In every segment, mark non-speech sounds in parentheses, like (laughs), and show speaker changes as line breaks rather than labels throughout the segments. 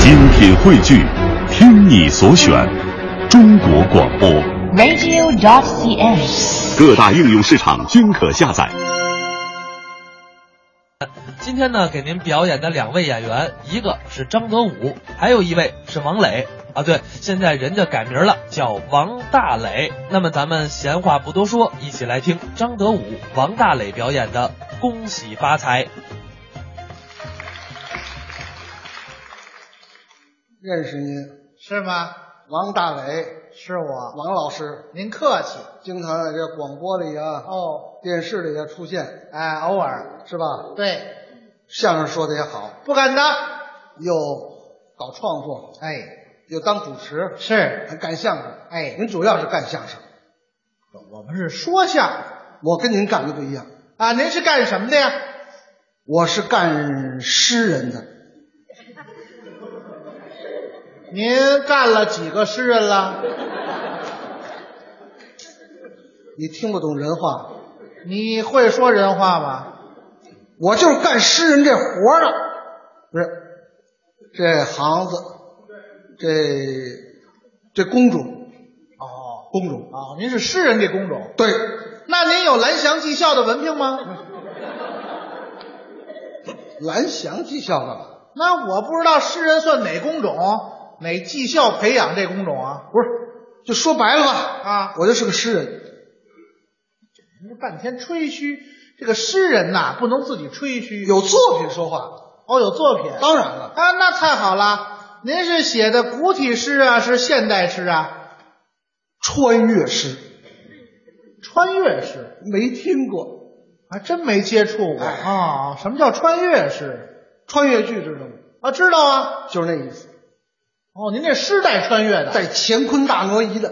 精品汇聚，听你所选，中国广播。
radio.cn。
各大应用市场均可下载。
今天呢，给您表演的两位演员，一个是张德武，还有一位是王磊啊。对，现在人家改名了，叫王大磊。那么咱们闲话不多说，一起来听张德武、王大磊表演的《恭喜发财》。
认识您，
是吗？
王大磊，
是我，
王老师，
您客气
经常在这广播里啊，
哦。
电视里啊出现，
哎，偶尔
是吧？
对，
相声说的也好，
不敢当。
又搞创作，
哎，
又当主持，
是，
还干相声。
哎，
您主要是干相声，
我们是说相声
我跟您干的不一样，
啊。您是干什么的呀？
我是干诗人的。
您干了几个诗人了？
你听不懂人话，
你会说人话吗？
我就是干诗人这活儿的，不是这行子，这这工种，
哦，
工种，
哦，您是诗人这工种。
对，
那您有蓝翔技校的文凭吗？
蓝翔技校干嘛？
那我不知道诗人算哪工种，哪技校培养这工种啊？
不是，就说白了吧，
啊
我就是个诗人，
您半天吹嘘，这个诗人呐，不能自己吹嘘。
有作品说话，
哦，有作品，
当然了，
啊，那太好了！您是写的古体诗啊，是现代诗啊，
穿越诗
穿越诗
没听过，
还真没接触过
哎
啊、什么叫穿越诗
穿越剧知道吗？
啊？知道啊？
就是那意思，
哦，您这诗带穿越的，
在乾坤大挪移的，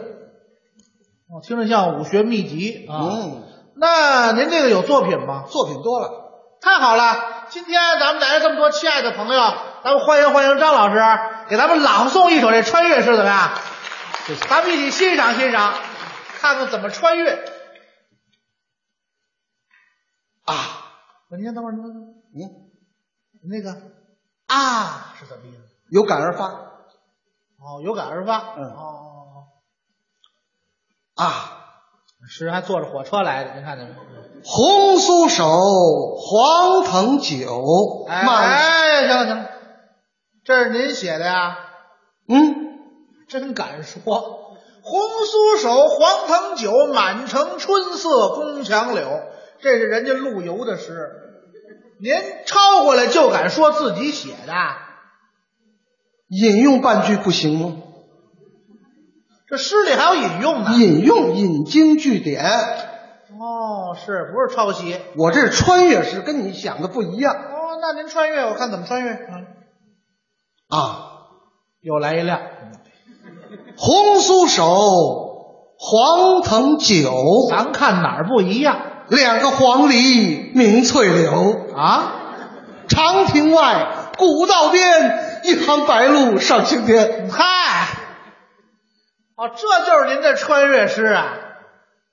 哦，听着像武学秘籍啊。
嗯，
那您这个有作品吗？
作品多了，
太好了！今天咱们来了这么多亲爱的朋友，咱们欢迎欢迎张老师，给咱们朗诵一首这穿越诗，怎么样？咱们一起欣赏欣赏，看看怎么穿越啊！我您先等会儿，您等会儿
嗯，
那个啊是怎么意思？
有感而发
哦，有感而发。
嗯
哦哦，
啊。
哦诗还坐着火车来的，您看见没？
红酥手，黄藤酒，
哎
慢，
哎，行了行了，这是您写的呀？
嗯，
真敢说！红酥手，黄藤酒，满城春色宫墙柳。这是人家陆游的诗，您抄过来就敢说自己写的，啊
引用半句不行吗？
这诗里还有引用呢。
引用引经据典，
哦，是不是抄袭？
我这是穿越诗，跟你想的不一样
哦，那您穿越，我看怎么穿越。嗯，
啊。
又来一辆，
红酥手，黄藤酒，
咱看哪儿不一样
两个黄鹂鸣翠柳。
啊？
长亭外，古道边，一行白鹭上青天。
嗨，哦，这就是您的穿越诗啊？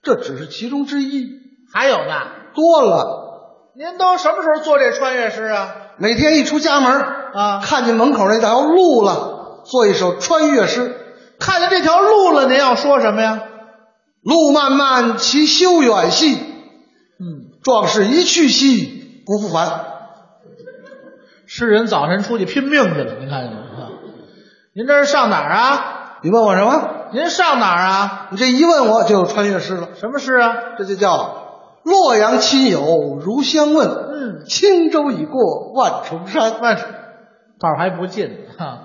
这只是其中之一，
还有呢？
多了。
您都什么时候做这穿越诗啊？
每天一出家门
啊
看见门口那条路了，做一首穿越诗。
看见这条路了，您要说什么呀？
路漫漫其修远兮，
嗯，
壮士一去兮不复返。
诗人早晨出去拼命去了，您看见没？啊您这是上哪儿啊？
你问我什么？
您上哪儿啊？
你这一问我就有穿越诗了。
什么诗啊？
这就叫洛阳亲友如相问，
嗯
轻舟已过万重山。
那道儿还不近哈、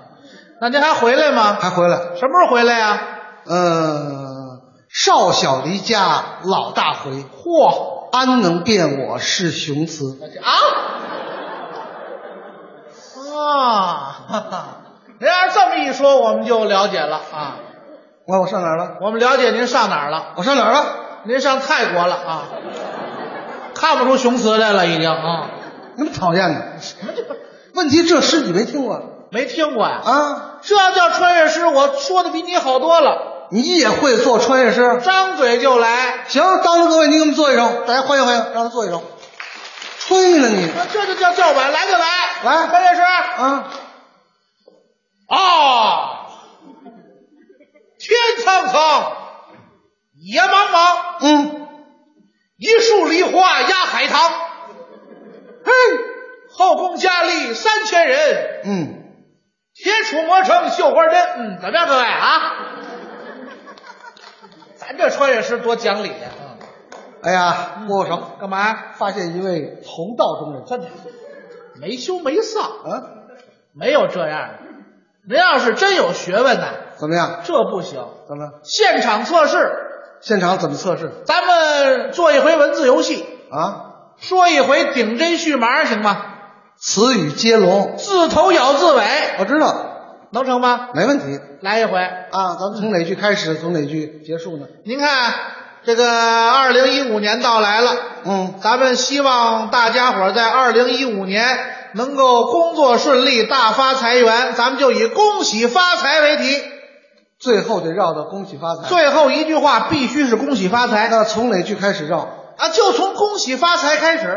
那您还回来吗？
还回来，
什么时候回来呀、
呃，少小离家老大回，
嚯
安能辨我是雄雌？
啊啊！哈哈，您要是这么一说，我们就了解了啊。
我我上哪儿了？
我们了解您上哪儿了？
我上哪儿了？
您上泰国了啊？看不出雄雌来了，已经啊。
那么讨厌呢？什么问题？这诗你没听过
没听过呀、
啊？
这叫穿越诗，我说的比你好多了，
你也会做穿越诗？
张嘴就来，
行，当着各位，你给我们做一首，大家欢迎欢迎，让他做一首。吹呢你
那这就叫叫板，来就来，
来
穿越诗
啊！
啊！
嗯嗯
铁杵磨成绣花针。嗯，怎么样，各位啊？咱这穿越师多讲理呀、嗯
哎呀，郭成
干嘛呀？
发现一位同道中人，
真的没羞没臊，
啊，
没有这样的。您要是真有学问呐，
怎么样？
这不行。
怎么了？
现场测试，
现场怎么测试
咱们做一回文字游戏，
啊？
说一回顶针续麻，行吗？
词语接龙，
自头咬自尾，
我知道，
能成吗？
没问题
来一回。
啊。咱们从哪句开始，从哪句结束呢？
您看，这个二零一五年到来了，
嗯，
咱们希望大家伙儿在二零一五年能够工作顺利，大发财源。咱们就以恭喜发财为题，
最后得绕到恭喜发财。，
最后一句话必须是恭喜发财
那从哪句开始绕？
啊！就从恭喜发财开始，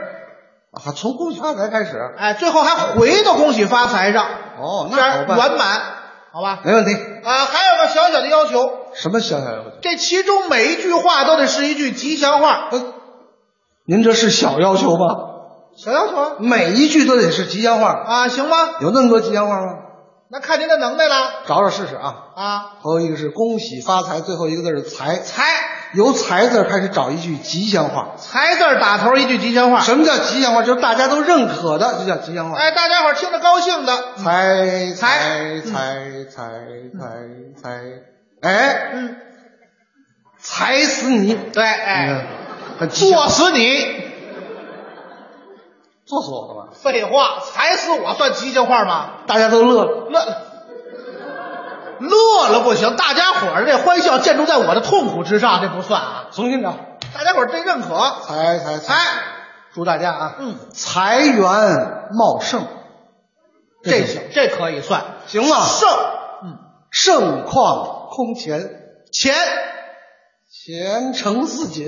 啊，从恭喜发财开始。
哎，最后还回到恭喜发财上，
哦，
这
那好
样
办，
完满，好吧？
没问题。
啊，还有个小小的要求，
什么小小要求？
这其中每一句话都得是一句吉祥话，
呃您这是小要求吗？
小要求啊
每一句都得是吉祥话，
啊，行吗？
有那么多吉祥话吗？
那看您的能耐了
找找试试啊。
啊！
头一个是恭喜发财，最后一个字是财，
财
由财字开始找一句吉祥话。
财字打头一句吉祥话，
什么叫吉祥话？就是大家都认可的，就叫吉祥话。
哎，大家伙儿听着高兴的，
财
财
财财财财财，哎，
嗯，
踩死你！
对，
嗯
哎，，
很吉祥
作死你！
作死我干嘛？
废话，踩死我算吉祥话吗？
大家都乐了。
乐乐了不行，大家伙儿这欢笑建筑在我的痛苦之上，这不算啊！
重新找，
大家伙儿这认可，
财
哎
财
财，
祝大家啊，
嗯，
财源茂盛，
这
行
行，这啊可以算
行吗？
胜
盛况空前，
钱
前程似锦，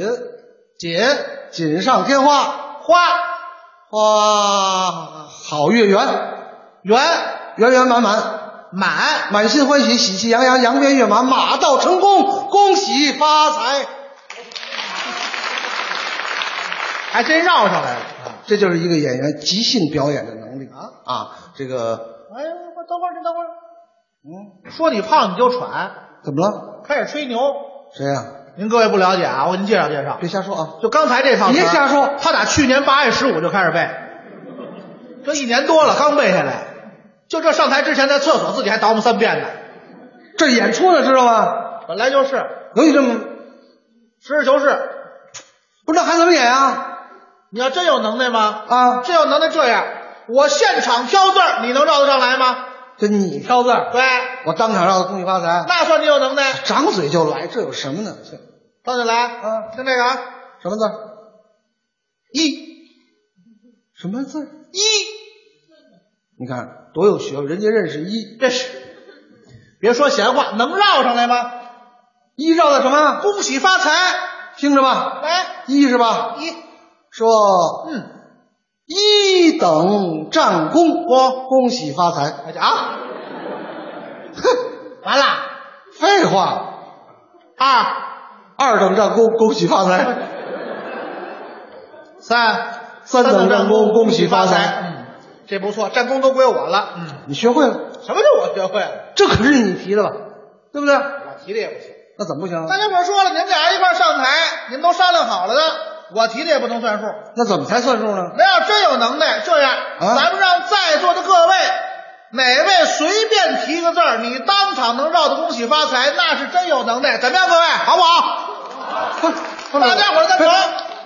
锦
锦上添花，
花
花好月圆，
圆
圆圆满满，
满。
满心欢喜，喜气洋洋，扬鞭跃马，马到成功，恭喜发财。
还真绕上来了。
这就是一个演员即兴表演的能力啊啊！这个，
哎，我等会儿，你等会儿，
嗯，
说你胖你就喘，
怎么了？
开始吹牛。
谁呀、
您各位不了解啊，我给您介绍介绍
别，瞎说啊！
就刚才这套词儿，
别瞎说
他打去年八月十五就开始背，这一年多了刚背下来，就这上台之前在厕所自己还捣鼓三遍呢。
这演出呢，知道吗？
本来就是，
有你这么
实事求是，
不知道还怎么演啊？
你要真有能耐吗？
啊，
真有能耐这样，我现场挑字儿，你能绕得上来吗？
这你挑字儿，
对，
我当场让他恭喜发财，
那算你有能耐。
张嘴就来，这有什么呢？这
张起来，
啊
听这个啊，
什么字儿？
一
什么字儿？
一。
你看多有学问，人家认识一，
这是，别说闲话，能绕上来吗？
一绕的什么？
恭喜发财！
听着吧，
来，
一是吧？
一，
说
嗯，
一等战功，
我
恭喜发财。
大家啊，哼，完了，
废话，
二
二等战功，恭喜发财。
三
三等战功恭喜发财
嗯，这不错，战功都归我了。嗯，
你学会了，
什么叫我学会了？
这可是你提的吧？对不对？
我提的也不行。
那怎么不行啊？
大家伙说了，你们俩人一块儿上台，你们都商量好了的，我提的也不能算数。
那怎么才算数呢？
那要真有能耐，这样，
啊
咱们让在座的各位，哪位随便提个字儿，你当场能绕的恭喜发财，那是真有能耐。怎么样，各位，好不好？
不是，不是
大家伙儿再评。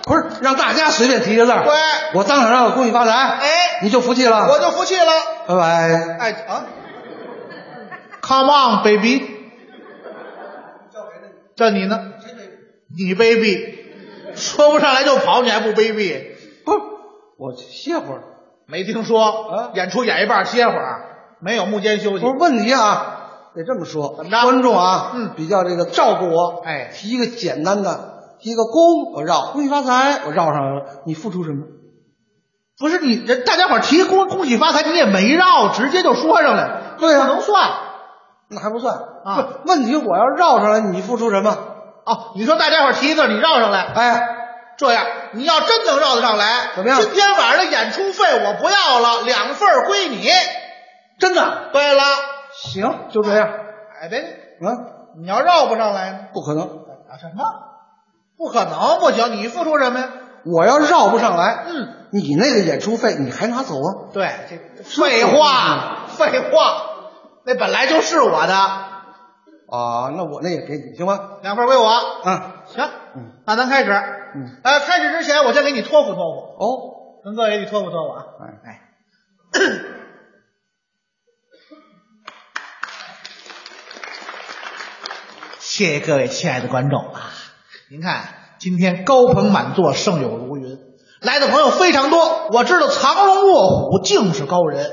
不是让大家随便提个字儿，
对
我当场让我恭喜发财，
哎
你就服气了，
我就服气了。
拜拜。
哎啊，Come on, baby，叫你呢？你 baby，说不上来就跑，你还不 baby？
不是，我歇会儿。
没听说
啊
演出演一半歇会儿，没有幕间休息
不。是问题啊，得这么说，
怎么着
观众啊，
嗯
比较这个照顾我，
哎
提一个简单的，提一个恭，我绕，恭喜发财，我绕上来了。你付出什么？
不是你人，大家伙儿提恭恭喜发财，你也没绕，直接就说上来了，
对呀
不能算。
那还不算
啊
不是问题我要绕上来，你付出什么？
哦，你说大家伙儿提一字，你绕上来，
哎，
这样你要真能绕得上来，
怎么样
今天晚上的演出费我不要了，两份儿归你。
真的
对了，行，
就这样。
哎，别，
啊，
你要绕不上来呢？
不可能，
啊，什么？不可能，不行，你付出什么呀？
我要绕不上来，
嗯，
你那个演出费你还拿走啊？
对，这废话，废话，那本来就是我的，
啊，那我那也给你行吗？
两份归我。
啊，
行
嗯，
那咱开始。
嗯，
呃，开始之前我先给你托付托付，
哦，
文哥也给你托付托付啊。
哎
哎，谢谢各位亲爱的观众啊！您看，今天高朋满座，盛友如云，来的朋友非常多。我知道藏龙卧虎，竟是高人。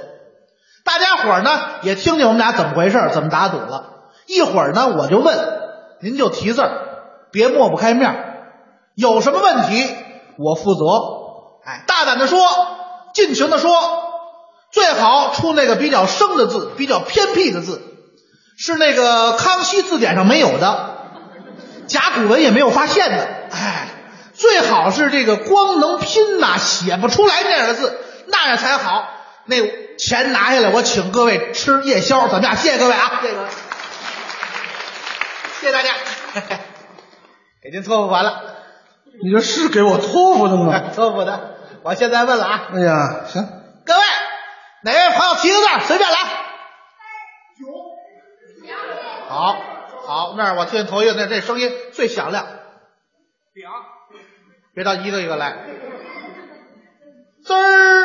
大家伙儿呢也听见我们俩怎么回事儿，怎么打赌了。一会儿呢我就问，您就提字儿，别抹不开面儿。有什么问题我负责。哎，大胆的说，尽情的说，最好出那个比较生的字，比较偏僻的字，是那个康熙字典上没有的，甲骨文也没有发现的。哎，最好是这个光能拼呐，写不出来那样的字，那样才好。那钱拿下来，我请各位吃夜宵，怎么样？谢谢各位啊，谢谢各位，谢谢大家， (laughs) 给您托付完了。
你这是给我托付的
哎
吗？
(laughs) 托付的。我现在问了啊，
哎呀，行，
各位哪位朋友提个字儿，随便来。好，好，那儿我听头一个，那这声音最响亮。表，别到一个一个来。滋儿，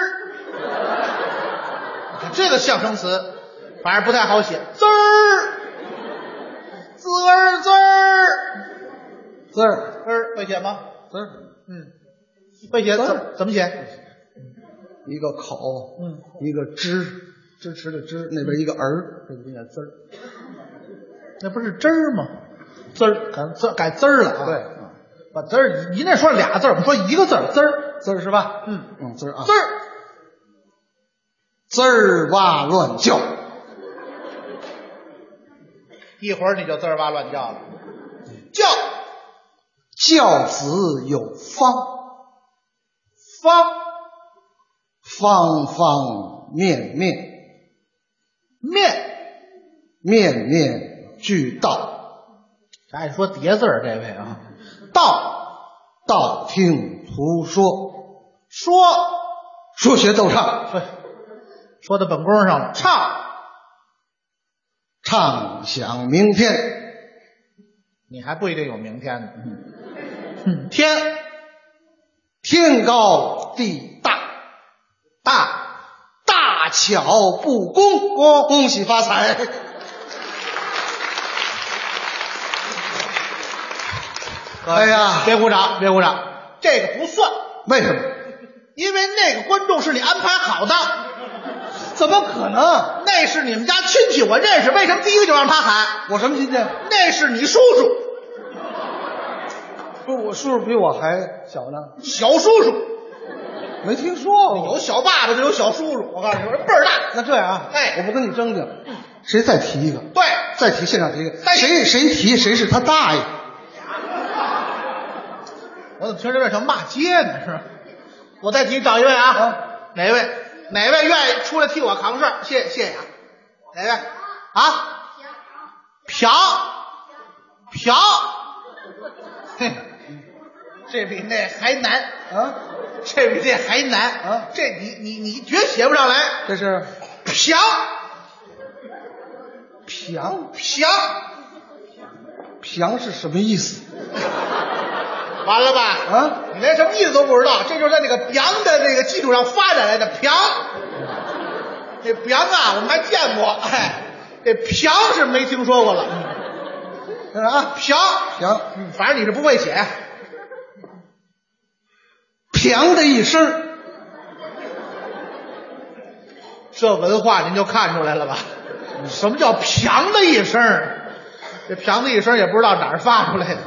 你看这个象声词，反正不太好写。滋儿，滋儿滋儿，
字儿，
滋儿会写吗？
字儿，
嗯，会写
滋儿
怎么怎么写？
一个口，
嗯，
一个支，支持的支，那边一个儿，这边一个字儿，
那不是汁儿吗？滋儿改滋改滋儿了啊！
对，，
把滋儿，您那说俩字儿，我们说一个字儿滋儿，
字儿是吧？
嗯，
嗯，字儿啊
滋，儿，
滋儿哇乱叫，
一会儿你就滋儿哇乱叫了，叫
教子有方，
方
方方面面，
面，
面面俱到，
咱爱说叠字儿，这位啊，道
道听途说，
说
说学逗唱，
说说到本宫上了，唱
唱响明天，
你还不一定有明天呢，嗯，天
天高地大，
大
大巧不工，恭喜发财。哎呀
别鼓掌，别鼓掌，这个不算，
为什么？
因为那个观众是你安排好的。
怎么可能？
那是你们家亲戚，我认识，为什么第一个就让他喊？
我什么亲戚？
那是你叔叔，
不是我叔叔比我还小呢，
小叔叔，
没听说过。
有小爸爸就有小叔叔，我告诉你说，人倍儿大。
那这样啊，
哎
我不跟你争去了，谁再提一个，
对，
再提现场提一个，
再提
谁谁提谁是他大爷。
我怎么听着有点像骂街呢？是吧？我再提找一位啊，哪位？哪位愿意出来替我扛事儿？谢谢谢谢啊，哪位？啊，朴朴，嘿，这比那还难，
啊，
这比这还难
啊
这你你你绝写不上来。
这是
瓢
平
瓢，
平是什么意思
完了吧？
啊？
你连什么意思都不知道，这就是在那个“瓢”的那个基础上发展来的“瓢”。这“瓢”啊，我们还见过，哎，这“瓢”是没听说过了。嗯
这是啊，
瓢，
平
嗯反正你是不会写，
平的一声，
这文化您就看出来了吧？什么叫“瓢”的一声儿？这“瓢”的一声儿也不知道哪儿发出来的。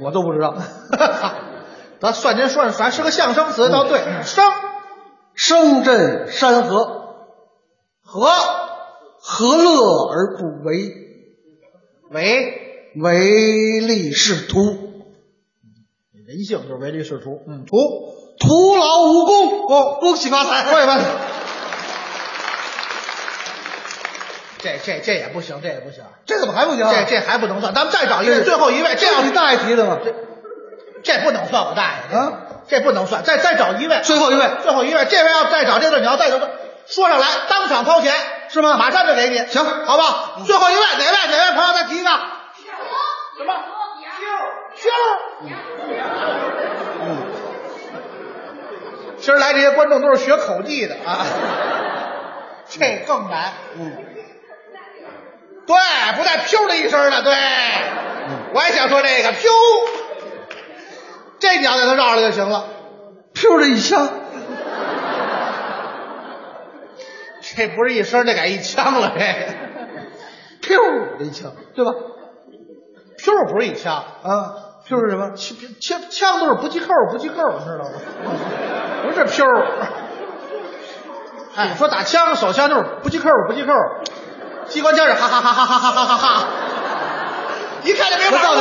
我都不知道。
(laughs) 咱算您算，咱是个象声词，倒对，声
声震山河，
和
何乐而不为？
为。
唯利是图，哦
人性就是唯利是图。嗯，图
徒劳无哦哎功。恭恭喜发财！
会吧？这这这也不行，这也不行，
这怎么还不行啊？
这这还不能算。咱们再找一位，
这
最后一位，这
这是
样
你大爷提的吗？
这不能算我大爷
啊，
这不能算。再再找一位，
最后一位
最后一位，这位要再找这个，你要再找说上来，当场掏钱
是吗
马上就给你，
行嗯
好不好？最后一位哪位哪位朋友再提一个？什么？秋秋，其实嗯来这些观众都是学口技的啊，这更难。
嗯，
对，不带“飘”的一声的，对，我也想说这个“飘”，这你要在它绕了就行了。
噗的一枪，
这不是一声，这改一枪了，这
噗的一枪，对吧？
“飘”不是一枪，
啊，噗是什么？
枪枪都是不系扣不系扣，你知道吗？不是“飘”。哎，说打枪手枪就是不系扣不系扣，机关枪是哈哈哈哈哈哈哈哈哈，一看就没玩过。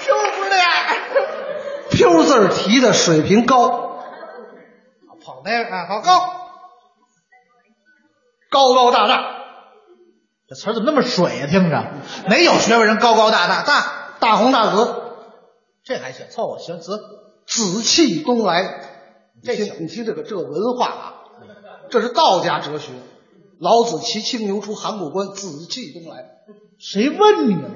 飘不是那样。
噗字儿提的水平高，
捧那个啊，好高，高高大大，这词儿怎么那么水呀、听着没有学问人高高大大大，
大红大紫，
这还行，凑合行，子
紫气东来。
这
你
行
听你听这个这个文化啊，这是道家哲学。老子骑青牛出函谷关，紫气东来。
谁问你了？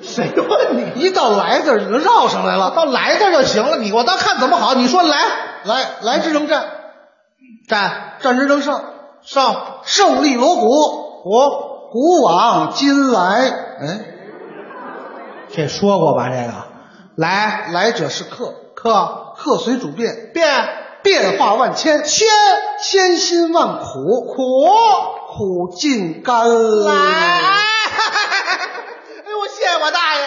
谁问你？
一到“来”字儿就能绕上来
我
了。
到来这儿就行了，你我倒看怎么好，你说来
来来之能战，
战
战之能胜，
上
胜利锣鼓，
我
古往今来。哎，
这说过吧？这个来
来者是客，
克
客随主便，
变
变化万千，
千
千辛万苦，苦苦尽甘
来， (laughs)
来。
哎呦，我谢谢我大爷，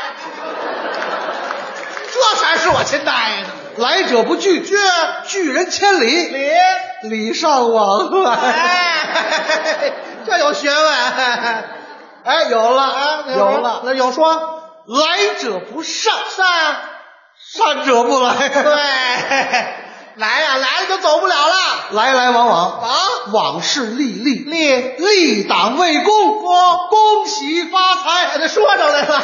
这才是我亲大爷呢。
来者不拒，拒拒人千里，
礼，
礼尚往来。
哎， (laughs) 这有学问。
哎，有了，
啊，
有了。
那有说
来者不善，
善，
善者不
对，
(laughs) 来。
来呀、来了就走不了了。
来来往往，
啊，
往事历历，
立
立党为公，恭喜发财。 (laughs)
哎，这说着来了。